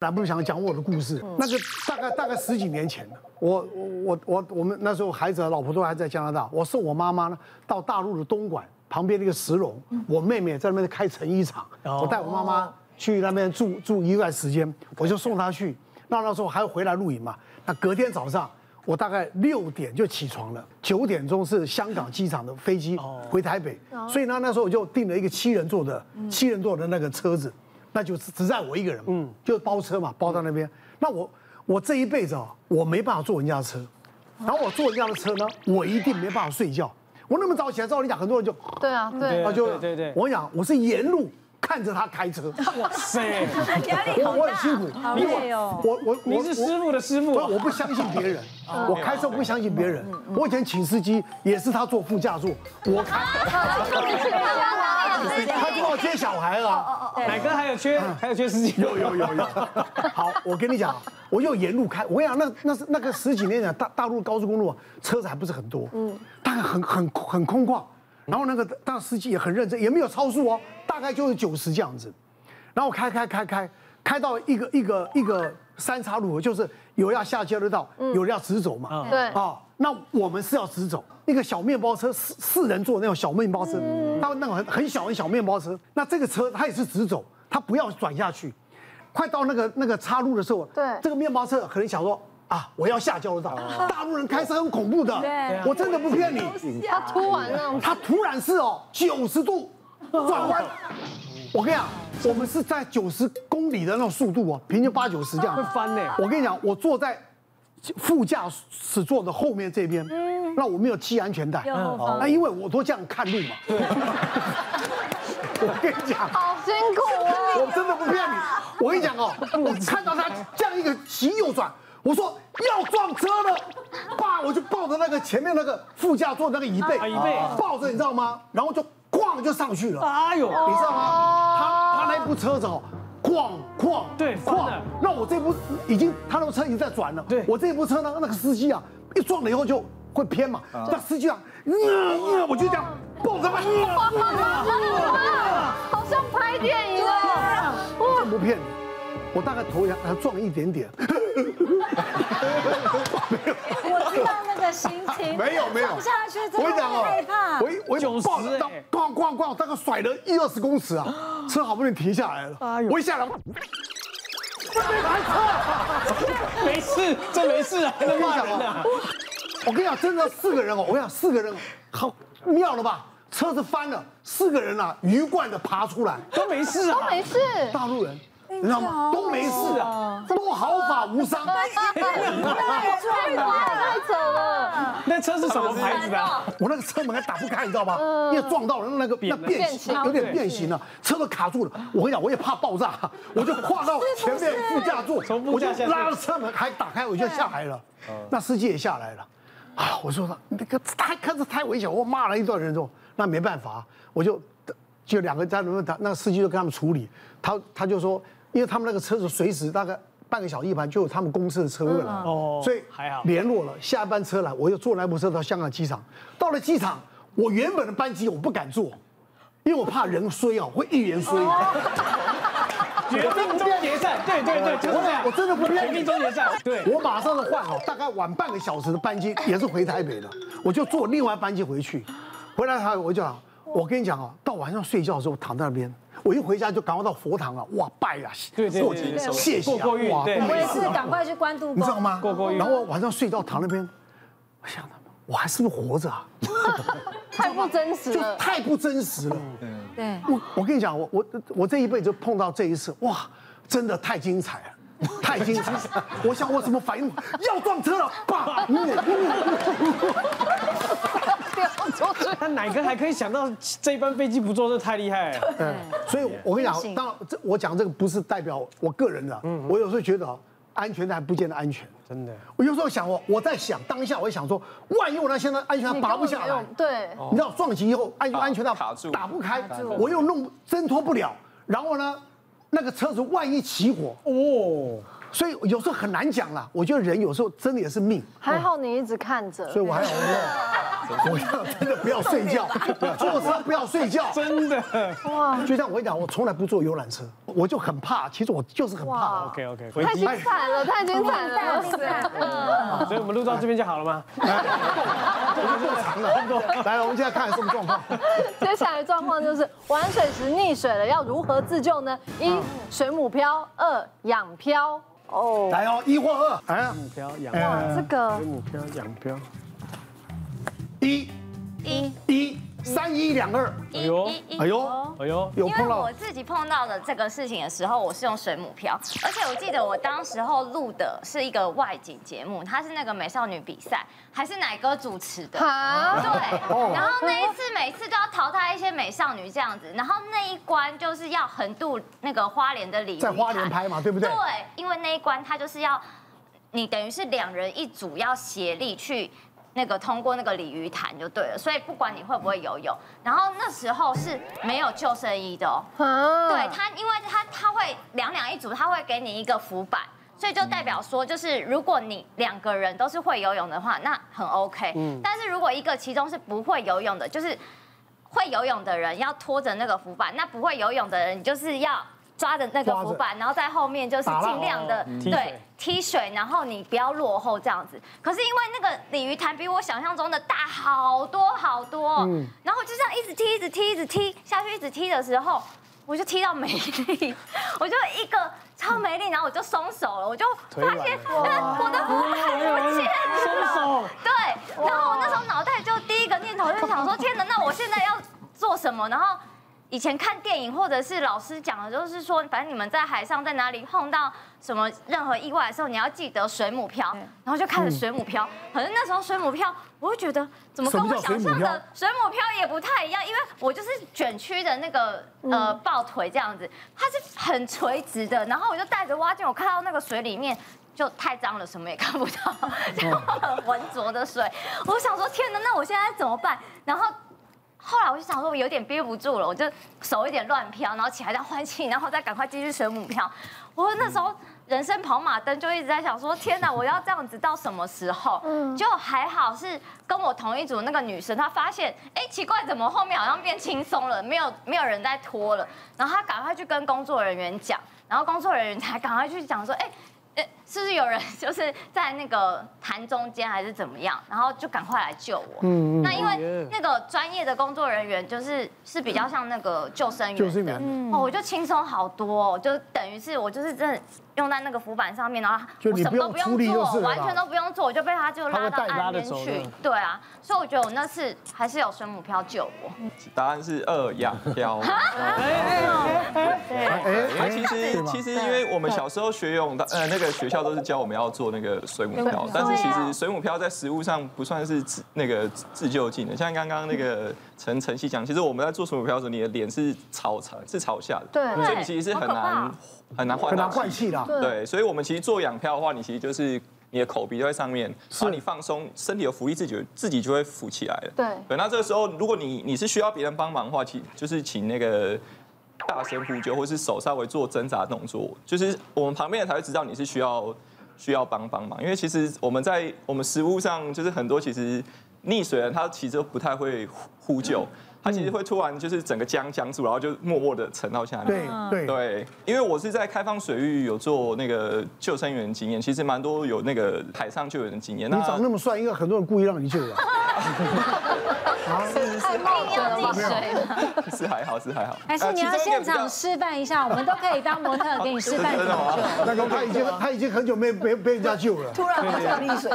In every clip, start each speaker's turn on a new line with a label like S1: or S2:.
S1: 来不想讲我的故事。那个大概大概十几年前了，我我我我我们那时候孩子老婆都还在加拿大，我送我妈妈呢到大陆的东莞旁边那个石龙，我妹妹在那边开成衣厂，我带我妈妈去那边住住一段时间，我就送她去。那那时候还要回来露营嘛，那隔天早上。我大概六点就起床了，九点钟是香港机场的飞机
S2: 哦
S1: 回台北，
S3: 哦
S1: 所以呢那时候我就订了一个七人座的
S3: 嗯
S1: 七人座的那个车子，那就只只载我一个人，嗯，就包车嘛，包到那边。
S2: 嗯
S1: 那我我这一辈子啊，我没办法坐人家的车，
S3: 哦
S1: 然后我坐人家的车呢，我一定没办法睡觉。我那么早起来，照理讲，很多人就
S3: 对啊，对，
S1: 啊
S2: 对
S1: 就
S2: 对对对
S1: 我跟你讲，我是沿路看着他开车，
S2: 谁？
S3: 压力
S1: 我我很辛苦，
S3: 好累哦。
S1: 我我
S2: 你
S1: 我
S2: 是
S1: 我
S2: 师傅的师傅
S1: 不，我不相信别人，啊我开车不相信别人。我以前请司机也是他坐副驾座，我开，他就帮我接小孩啊。
S2: 奶哥还有缺还有缺司机，有有有有，
S1: 好，我跟你讲，啊我就沿路开。我跟你讲，那那是那个十几年前大大陆高速公路啊车子还不是很多，嗯，大概很很很空旷。然后那个大司机也很认真，也没有超速哦，大概就是九十这样子。然后开开开开开到一个一个一个三岔路口，就是有要下交流道，有要直走嘛，
S3: 对
S1: 啊，那我们是要直走，那个小面包车四四人座那种小面包车，
S3: 嗯
S1: 它那种很很小很小面包车，那这个车它也是直走，它不要转下去。快到那个那个岔路的时候，
S3: 对
S1: 这个面包车可能想说啊，我要下交流道，大陆人开车很恐怖的，
S3: 啊对
S1: 我真的不骗你，
S3: 他突然那种，
S1: 他突然是哦九十度转弯，我跟你讲，我们是在九十公里的那种速度哦，平均八九十这样，
S2: 会翻呢
S1: 我跟你讲，我坐在副驾驶座的后面这边，那我没有系安全带，
S3: 右嗯后方
S1: 那因为我都这样看路嘛。 我跟你讲，
S3: 好辛苦哦。
S1: 我真的不骗你，我跟你讲哦，我看到他这样一个急右转，我说要撞车了，爸，我就抱着那个前面那个副驾座那个椅背，
S2: 啊椅背
S1: 抱着你知道吗？然后就哐就上去了，
S2: 哎呦，
S1: 你知道吗？他他那部车子哦，哐哐
S2: 对翻
S1: 哐
S2: 了，
S1: 那我这部已经他那部车已经在转了，
S2: 对
S1: 我这部车呢，那个司机啊，一撞了以后就会偏嘛，那司机啊，嗯嗯，我就这样抱着他，嗯
S2: 啊
S3: 好像拍电影哦。
S1: 我真不骗你，我大概头一下还撞一点点，
S4: 我知道那个心情，
S1: 没有没有
S4: 撞下去真的
S1: 我跟你讲
S4: 会害
S1: 哦
S4: 怕，
S1: 我一我一
S2: 90
S1: 抱着
S2: 哎
S1: 他，咣咣咣，大概甩了一二十公尺啊，车好不容易停下来了，我一下来，
S2: 没事，这没事啊，这
S1: 我跟你
S2: 骂
S1: 讲
S2: 人
S1: 哦
S2: 啊，，
S1: 我跟你讲，真的四个人哦，我跟你讲四个人哦，好妙了吧？车子翻了，四个人啊，鱼贯的爬出来，
S2: 都没事啊
S3: 都，没事，
S1: 大陆人，你知道
S4: 哎
S1: 吗？
S4: 哦
S1: 都没事啊，都毫发无伤。哦
S3: 太太扯了，
S2: 那车是什么牌子的啊？
S1: 我那个车门还打不开，你知道吗？因为撞到了那个那变
S2: 了
S3: 变
S1: 形
S3: 形
S1: 有点变形了，车都卡住了。我跟你讲，我也怕爆炸，我就跨到前面副驾座，
S2: 从
S1: 我
S2: 副
S1: 就
S2: 驾下去嗯
S1: 拉了车门还打开，我就下来了。那司机也下来了，啊，我说那个太开车太危险，我骂了一段人之后，那没办法，我就就两个在那边谈，那司机就跟他们处理，他他就说，因为他们那个车子随时大概。半个小时一盘就有他们公司的车位了，
S2: 哦
S1: 所以
S2: 还好
S1: 联络了，下班车来，我又坐那部车到香港机场。到了机场，我原本的班机我不敢坐，因为我怕人衰哦，会一人衰。
S2: 绝
S3: 啊
S2: 命终结战，对对对，就是这样，
S1: 我真的不骗你
S2: 绝命终结战，对，
S1: 我马上就换好，大概晚半个小时的班机，也是回台北的，我就坐另外班机回去。回来台北我就讲，我跟你讲啊，到晚上睡觉的时候躺在那边，我一回家就赶快到佛堂啊，哇拜啊，
S2: 对对对
S1: 过节
S2: 对
S1: 谢谢啊
S2: 过过运
S1: 哇
S2: 对
S1: 都
S4: 我
S1: 没
S4: 也
S1: 事
S4: 是赶快去关渡
S1: 你知道
S4: 宫。
S1: 吗？
S2: 过过瘾
S1: 然后晚上睡到躺那边，我想我还是不是活着啊？
S3: 太不真实
S1: 就
S3: 了。
S1: 太不真实了。
S4: 对，
S1: 我我跟你讲，我我我这一辈子就碰到这一次，哇，真的太精彩了，太精彩 了！我想我怎么反应？要撞车了，爸！嗯
S2: 那奶哥还可以想到这一班飞机不坐，这太厉害啊了。
S1: 嗯所以我跟你讲，当然这我讲这个不是代表我个人的，我有时候觉得啊安全带不见得安全，
S2: 嗯真的。
S1: 我有时候想哦，我在想当下，我也想说，万一我那现在安全带拔不下
S3: 你
S1: 来
S3: 根本没有，对，
S1: 你知道撞击以后，安安全带
S5: 哦啊卡住
S1: 打不开，我又弄挣脱不了，然后呢，那个车子万一起火，
S2: 哦，
S1: 所以有时候很难讲啦。我觉得人有时候真的也是命，
S3: 还好你一直看着
S1: 所。以我还好。我要真的不要睡 觉，坐车不要睡觉。
S2: 真的。
S1: 就像我跟你讲，我从来不坐游览车，我就很怕。其实我就是很怕。
S2: OK OK，回
S3: 太
S2: 击
S3: 精。彩了，太精彩了，
S2: 所以我们录到这边就好了吗？
S1: 来，哦我们现在看什么状况？
S3: 接下来状况就是玩水时溺水了，要如何自救呢？一水母漂，二仰漂。哦，
S1: 来哦，一或二。哎呀，
S2: 目
S5: 嗯
S2: 标养
S1: 哎
S3: 这个
S2: 目标养标。
S1: 一
S5: 一
S1: 一三一两二。
S5: 一
S2: 哎呦
S5: 一
S1: 哎
S5: 一。
S1: 呦，
S2: 哎呦，
S1: 有
S5: 因为
S1: 碰到
S5: 我自己碰到的这个事情的时候，我是用水母漂，而且我记得我当时候录的是一个外景节目，它是那个美少女比赛，还是奶哥主持的。
S3: 好，
S1: 哦
S5: 对，然后那一次每次都要淘汰一些美少女这样子，然后那一关就是要横渡那个花莲的鲤鱼
S1: 在花莲
S5: 潭
S1: 拍嘛，对不对
S5: 对？，因为那一关它就是要你等于是两人一组，要协力去那个通过那个鲤鱼潭就对了，所以不管你会不会游泳，然后那时候是没有救生衣的哦。对
S1: 嗯
S3: 对，
S5: 它，因为它它会两两一组，它会给你一个浮板。所以就代表说，就是如果你两个人都是会游泳的话，那很 OK。但
S1: 嗯
S5: 是如果一个其中是不会游泳的，就是会游泳的人要拖着那个浮板，那不会游泳的人你就是要抓着那个
S1: 抓着
S5: 浮板，然后在后面就是
S1: 打浪
S5: 尽量的
S2: 嗯踢水
S5: 呃对踢水，然后你不要落后这样子。可是因为那个鲤鱼潭比我想象中的大好多好多，然后我就这样一直踢，一直踢，一直踢下去，一直踢的时候。我就踢到没力，我就一个超没力，然后我就松手了，我就发现呃 我的浮板不见了。
S3: 啊
S2: 松手。
S5: 对，然后我那时候脑袋就第一个念头就想说，天哪，那我现在要做什么？然后以前看电影或者是老师讲的，就是说，反正你们在海上在哪里碰到什么任何意外的时候，你要记得水母漂，然后就开始水母漂。可是那时候水母漂，我会觉得怎么跟我想
S1: 什么叫水母
S5: 象
S1: 漂
S5: 的水母漂也不太一样，因为我就是卷曲的那个呃抱腿这样子，它是很垂直的。然后我就带着蛙镜，我看到那个水里面。就太脏了，什么也看不到， 就很浑浊的水。我想说，天哪，那我现在怎么办？然后后来我就想说，我有点憋不住了，我就手有点乱飘，然后起来再换气，然后再赶快继续水母漂。 我那时候人生跑马灯，就一直在想说，天哪，我要这样子到什么时候？嗯，就还好是跟我同一组那个女生，她发现，哎，奇怪，怎么后面好像变轻松了，没有没有人在拖了，然后她赶快去跟工作人员讲，然后工作人员才赶快去讲说，哎。呃是不是有人 就是在那个潭中间还是怎么样，然后就赶快来救我？嗯那因
S1: 哦
S5: 为那个专业的工作人员就是是比较像那个救生员的，
S1: 救生员
S5: 哦，我就轻松好多、哦，就等于是我就是真的用在那个浮板上面，然后
S1: 就
S5: 我
S1: 你
S5: 什么都
S1: 不
S5: 不
S1: 用出力
S5: 用
S1: 就是
S5: 做，
S1: 了啦
S5: 完全都不用做，我就被他就
S2: 他会
S5: 拉到
S2: 带你拉
S5: 岸
S2: 着
S5: 边
S2: 走
S5: 去
S2: 的。
S5: 对啊，所以我觉得我那次还是有水母漂救我。
S6: 答案是二氧漂。
S1: 哎哎
S6: 因为
S1: 哎，
S6: 其实其实因为我们小时候学游泳的，呃，那个学校都是教我们要做那个水母漂，但是其实水母漂在实物上不算是自那个自救技能。像刚刚那个陈晨曦讲，其实我们在做水母漂的时候，你的脸是朝朝是朝下的，
S3: 对
S6: 所以你其实是很难很难换
S1: 很
S6: 到
S1: 难换气啦。
S6: 对，所以我们其实做仰漂的话，你其实就是你的口鼻都在上面，然后你放松，身体有浮力，自己就自己就会浮起来了。
S3: 对
S6: 对，那这个时候如果你你是需要别人帮忙的话，请就是请那个。大声呼救，或是手稍微做挣扎动作，就是我们旁边人才会知道你是需要需要帮帮忙。因为其实我们在我们食物上，就是很多其实溺水人他其实都不太会呼呼救，他其实会突然就是整个僵僵住，然后就默默的沉到下面。
S1: 对
S7: 嗯
S1: 对
S6: 对，因为我是在开放水域有做那个救生员的经验，其实蛮多有那个海上救援的经验。
S1: 你长那么帅，应该很多人故意让你救 的。啊
S3: 太冒险了
S5: 啊
S3: 吧？
S6: 是还好，是还好。
S4: 还是你要
S6: 呃其中一个
S4: 现
S6: 比较
S4: 场示范一下，我们都可以当模特给你示范怎
S6: 真的
S4: 么
S6: 吗？
S1: 那个他已经他已经很久没没被人家救了。哎
S7: 突然好想溺水，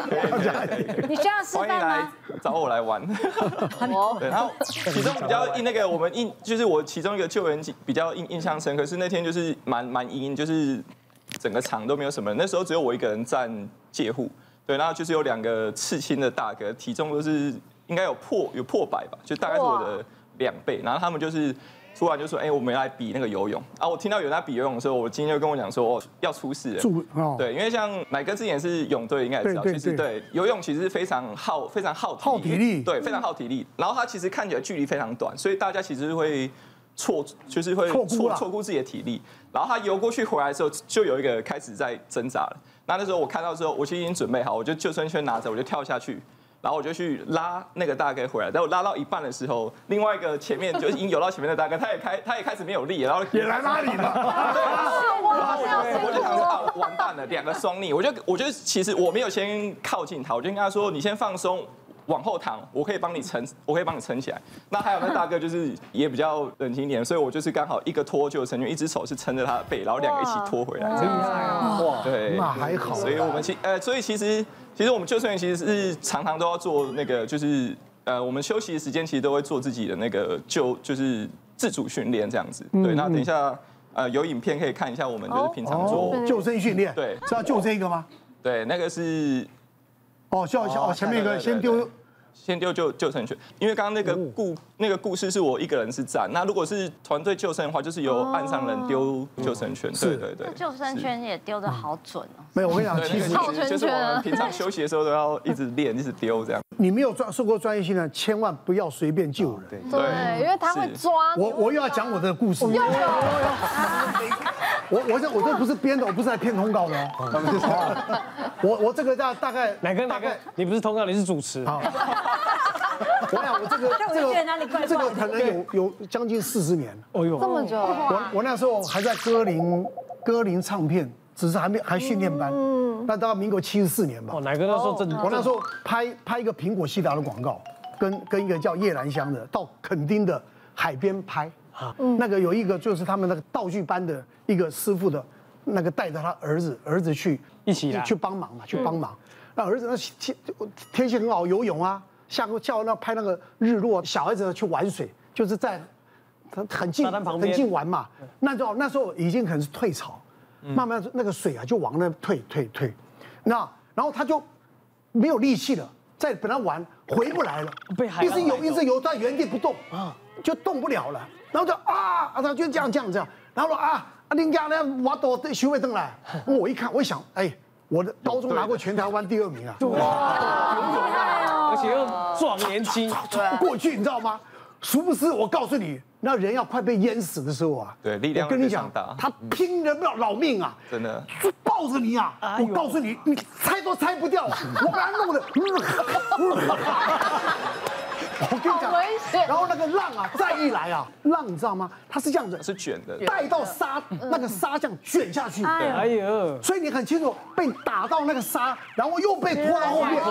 S4: 救。你需要示
S6: 欢迎
S4: 范
S6: 来
S4: 吗？
S6: 找我来玩。对，然后其中比较印那个我们印就是我其中一个救援比较印印象深刻是那天就是蛮蛮阴，就是整个场都没有什么人，那时候只有我一个人站界户。对，然后就是有两个刺青的大哥，体重都是应该有破有破百吧，就大概是我的两倍。然后他们就是突然就说：“哎、我们来比那个游泳。”啊，我听到有人在比游泳的时候，我今天就跟我讲说：“哦，要出事了。”
S1: 住哦，
S6: 对，因为像奶哥之前是泳队，应该也知道，
S1: 对对
S6: 其实对游泳其实是非常耗非常耗体
S1: 耗体力
S6: 对，非常耗体力。然后他其实看起来距离非常短，所以大家其实会错，就是会
S1: 错估
S6: 错
S1: 啦
S6: 错估自己的体力。然后他游过去回来的时候，就有一个开始在挣扎了。那那时候我看到之后，我其实已经准备好，我就救生圈拿着，我就跳下去。然后我就去拉那个大哥回来，但我拉到一半的时候，另外一个前面就是已经游到前面的大哥，他也开他也开始没有力，然后
S1: 也来拉你 了，
S3: 哇，这样
S6: 我就想说啊，完蛋了，两个双逆。我就我就其实我没有先靠近他，我就跟他说，你先放松。往后躺，我可以帮你撑，我可以帮你撑起来。那还有那大哥就是也比较冷静一点，所以我就是刚好一个脱就成，因为一只手是撑着他的背，然后两个一起拖回来。这样
S7: 哦
S1: 哇，
S6: 对，
S1: 那还好，
S6: 所以我们其呃，所以其实其实我们救生员其实是常常都要做那个，就是呃，我们休息的时间其实都会做自己的那个救，就是自主训练这样子。对，那等一下呃有影片可以看一下我们就是平常做。
S1: 哦，救生训练，
S6: 对
S1: 是要救这个吗？
S6: 对，那个是
S1: 哦，叫叫
S6: 哦
S1: 哦，前面一个
S6: 对对
S1: 先
S6: 对对
S1: 丢，
S6: 先丢救救生圈，因为刚刚那个故、那个故事是我一个人是站，那如果是团队救生的话，就是由岸上人丢救生圈，对对对，
S5: 救生圈也丢的好准哦。
S1: 没有，我跟你讲，
S6: 对，
S1: 其实
S6: 那个其实就是我
S3: 套圈圈
S6: 们
S3: 啊
S6: 平常休息的时候都要一直练，一直丢这样。
S1: 你没有专受过专业训练，千万不要随便救人。
S3: 对，因为他会抓
S1: 我
S3: 你。
S1: 我又要讲我的故事，我我这我这不是编的，我不是来骗通告的哦。好 我我这个大大概
S2: 奶哥，
S1: 大
S2: 奶哥
S1: 概，
S2: 你不是通告，你是主持。
S1: 好我想我这个
S4: 但我
S1: 这
S4: 就觉得哪里怪
S1: 个
S4: 怪
S1: 这个
S4: 的
S1: 可能有有将近四十年了。
S2: 哦
S3: 这
S2: 呦，
S3: 么久，
S1: 我我那时候还在歌林歌林唱片，只是还没还训练班，
S4: 嗯
S1: 那到民国七十四年吧
S2: 哦，。奶哥那时候真的，
S1: 我那时候拍拍一个苹果西达的广告，跟跟一个叫叶兰香的到垦丁的海边拍啊，那个有一个就是他们那个道具班的一个师傅的，那个带着他儿子儿子去
S2: 一起啦
S1: 去帮忙嘛，去帮忙。那儿子那天天气很好，游泳啊，下个叫那拍那个日落，小孩子去玩水，就是在很很近
S2: 沙滩旁边嗯
S1: 很近玩嘛。那时候那时候已经可能是退潮，慢慢那个水啊就往那退退退，那然后他就没有力气了，在本来玩回不来了，
S2: 被海
S1: 一
S2: 浪
S1: 直游
S2: 带走
S1: 一直游在原地不动啊，就动不了了，然后就啊，啊他就这样这样这样，然后说啊啊林家呢，我躲对徐慧登 来，我一看我一想，哎，我的高中拿过全台湾第二 名啊，
S4: 哦
S2: 而且又壮年轻，
S3: 啊
S1: 冲过去，你知道吗？殊不知，我告诉你，那人要快被淹死的时候啊，
S6: 对力量
S1: 我跟你讲
S6: 非常大，
S1: 他拼人老老命啊，
S6: 真的
S1: 就抱着你啊！
S3: 哎
S1: 我告诉你，你拆都拆不 掉，我把他弄得， 我跟你讲
S3: 好危，险
S1: 然后那个浪啊，再一来啊，浪你知道吗？它是这样子，
S6: 是卷的，啊
S1: 带到沙
S3: 嗯
S1: 那个沙这样卷下去，
S2: 哎呦，
S1: 所以你很清楚被打到那个沙，然后又被拖到后面。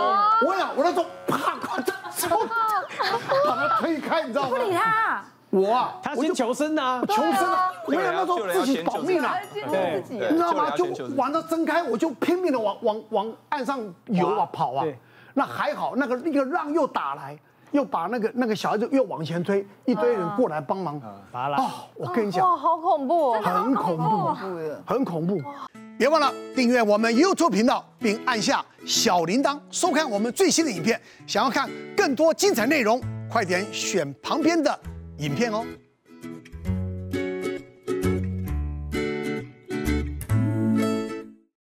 S1: 我想，我那时候啪，我就把它推开，你知道吗
S4: 不？理他，
S1: 我啊，
S2: 他
S1: 我就
S2: 先求生的啊，
S1: 求生啊，我
S6: 对啊
S1: 想那时候自己保命啊。
S2: 对
S3: 自己
S6: 对
S1: 你知道吗？就
S6: 救人要先救自己
S1: 玩到睁开，我就拼命的往往往岸上游啊跑啊
S2: 对。
S1: 那还好，那个那个浪又打来，又把那个那个小孩子又往前推，一堆人过来帮忙。
S2: 拔啦
S1: 哦，我跟你讲，
S3: 哇，好恐怖哦！
S1: 很恐怖，很恐怖。别忘了订阅我们 YouTube 频道，并按下小铃铛，收看我们最新的影片。想要看更多精彩内容，快点选旁边的影片哦。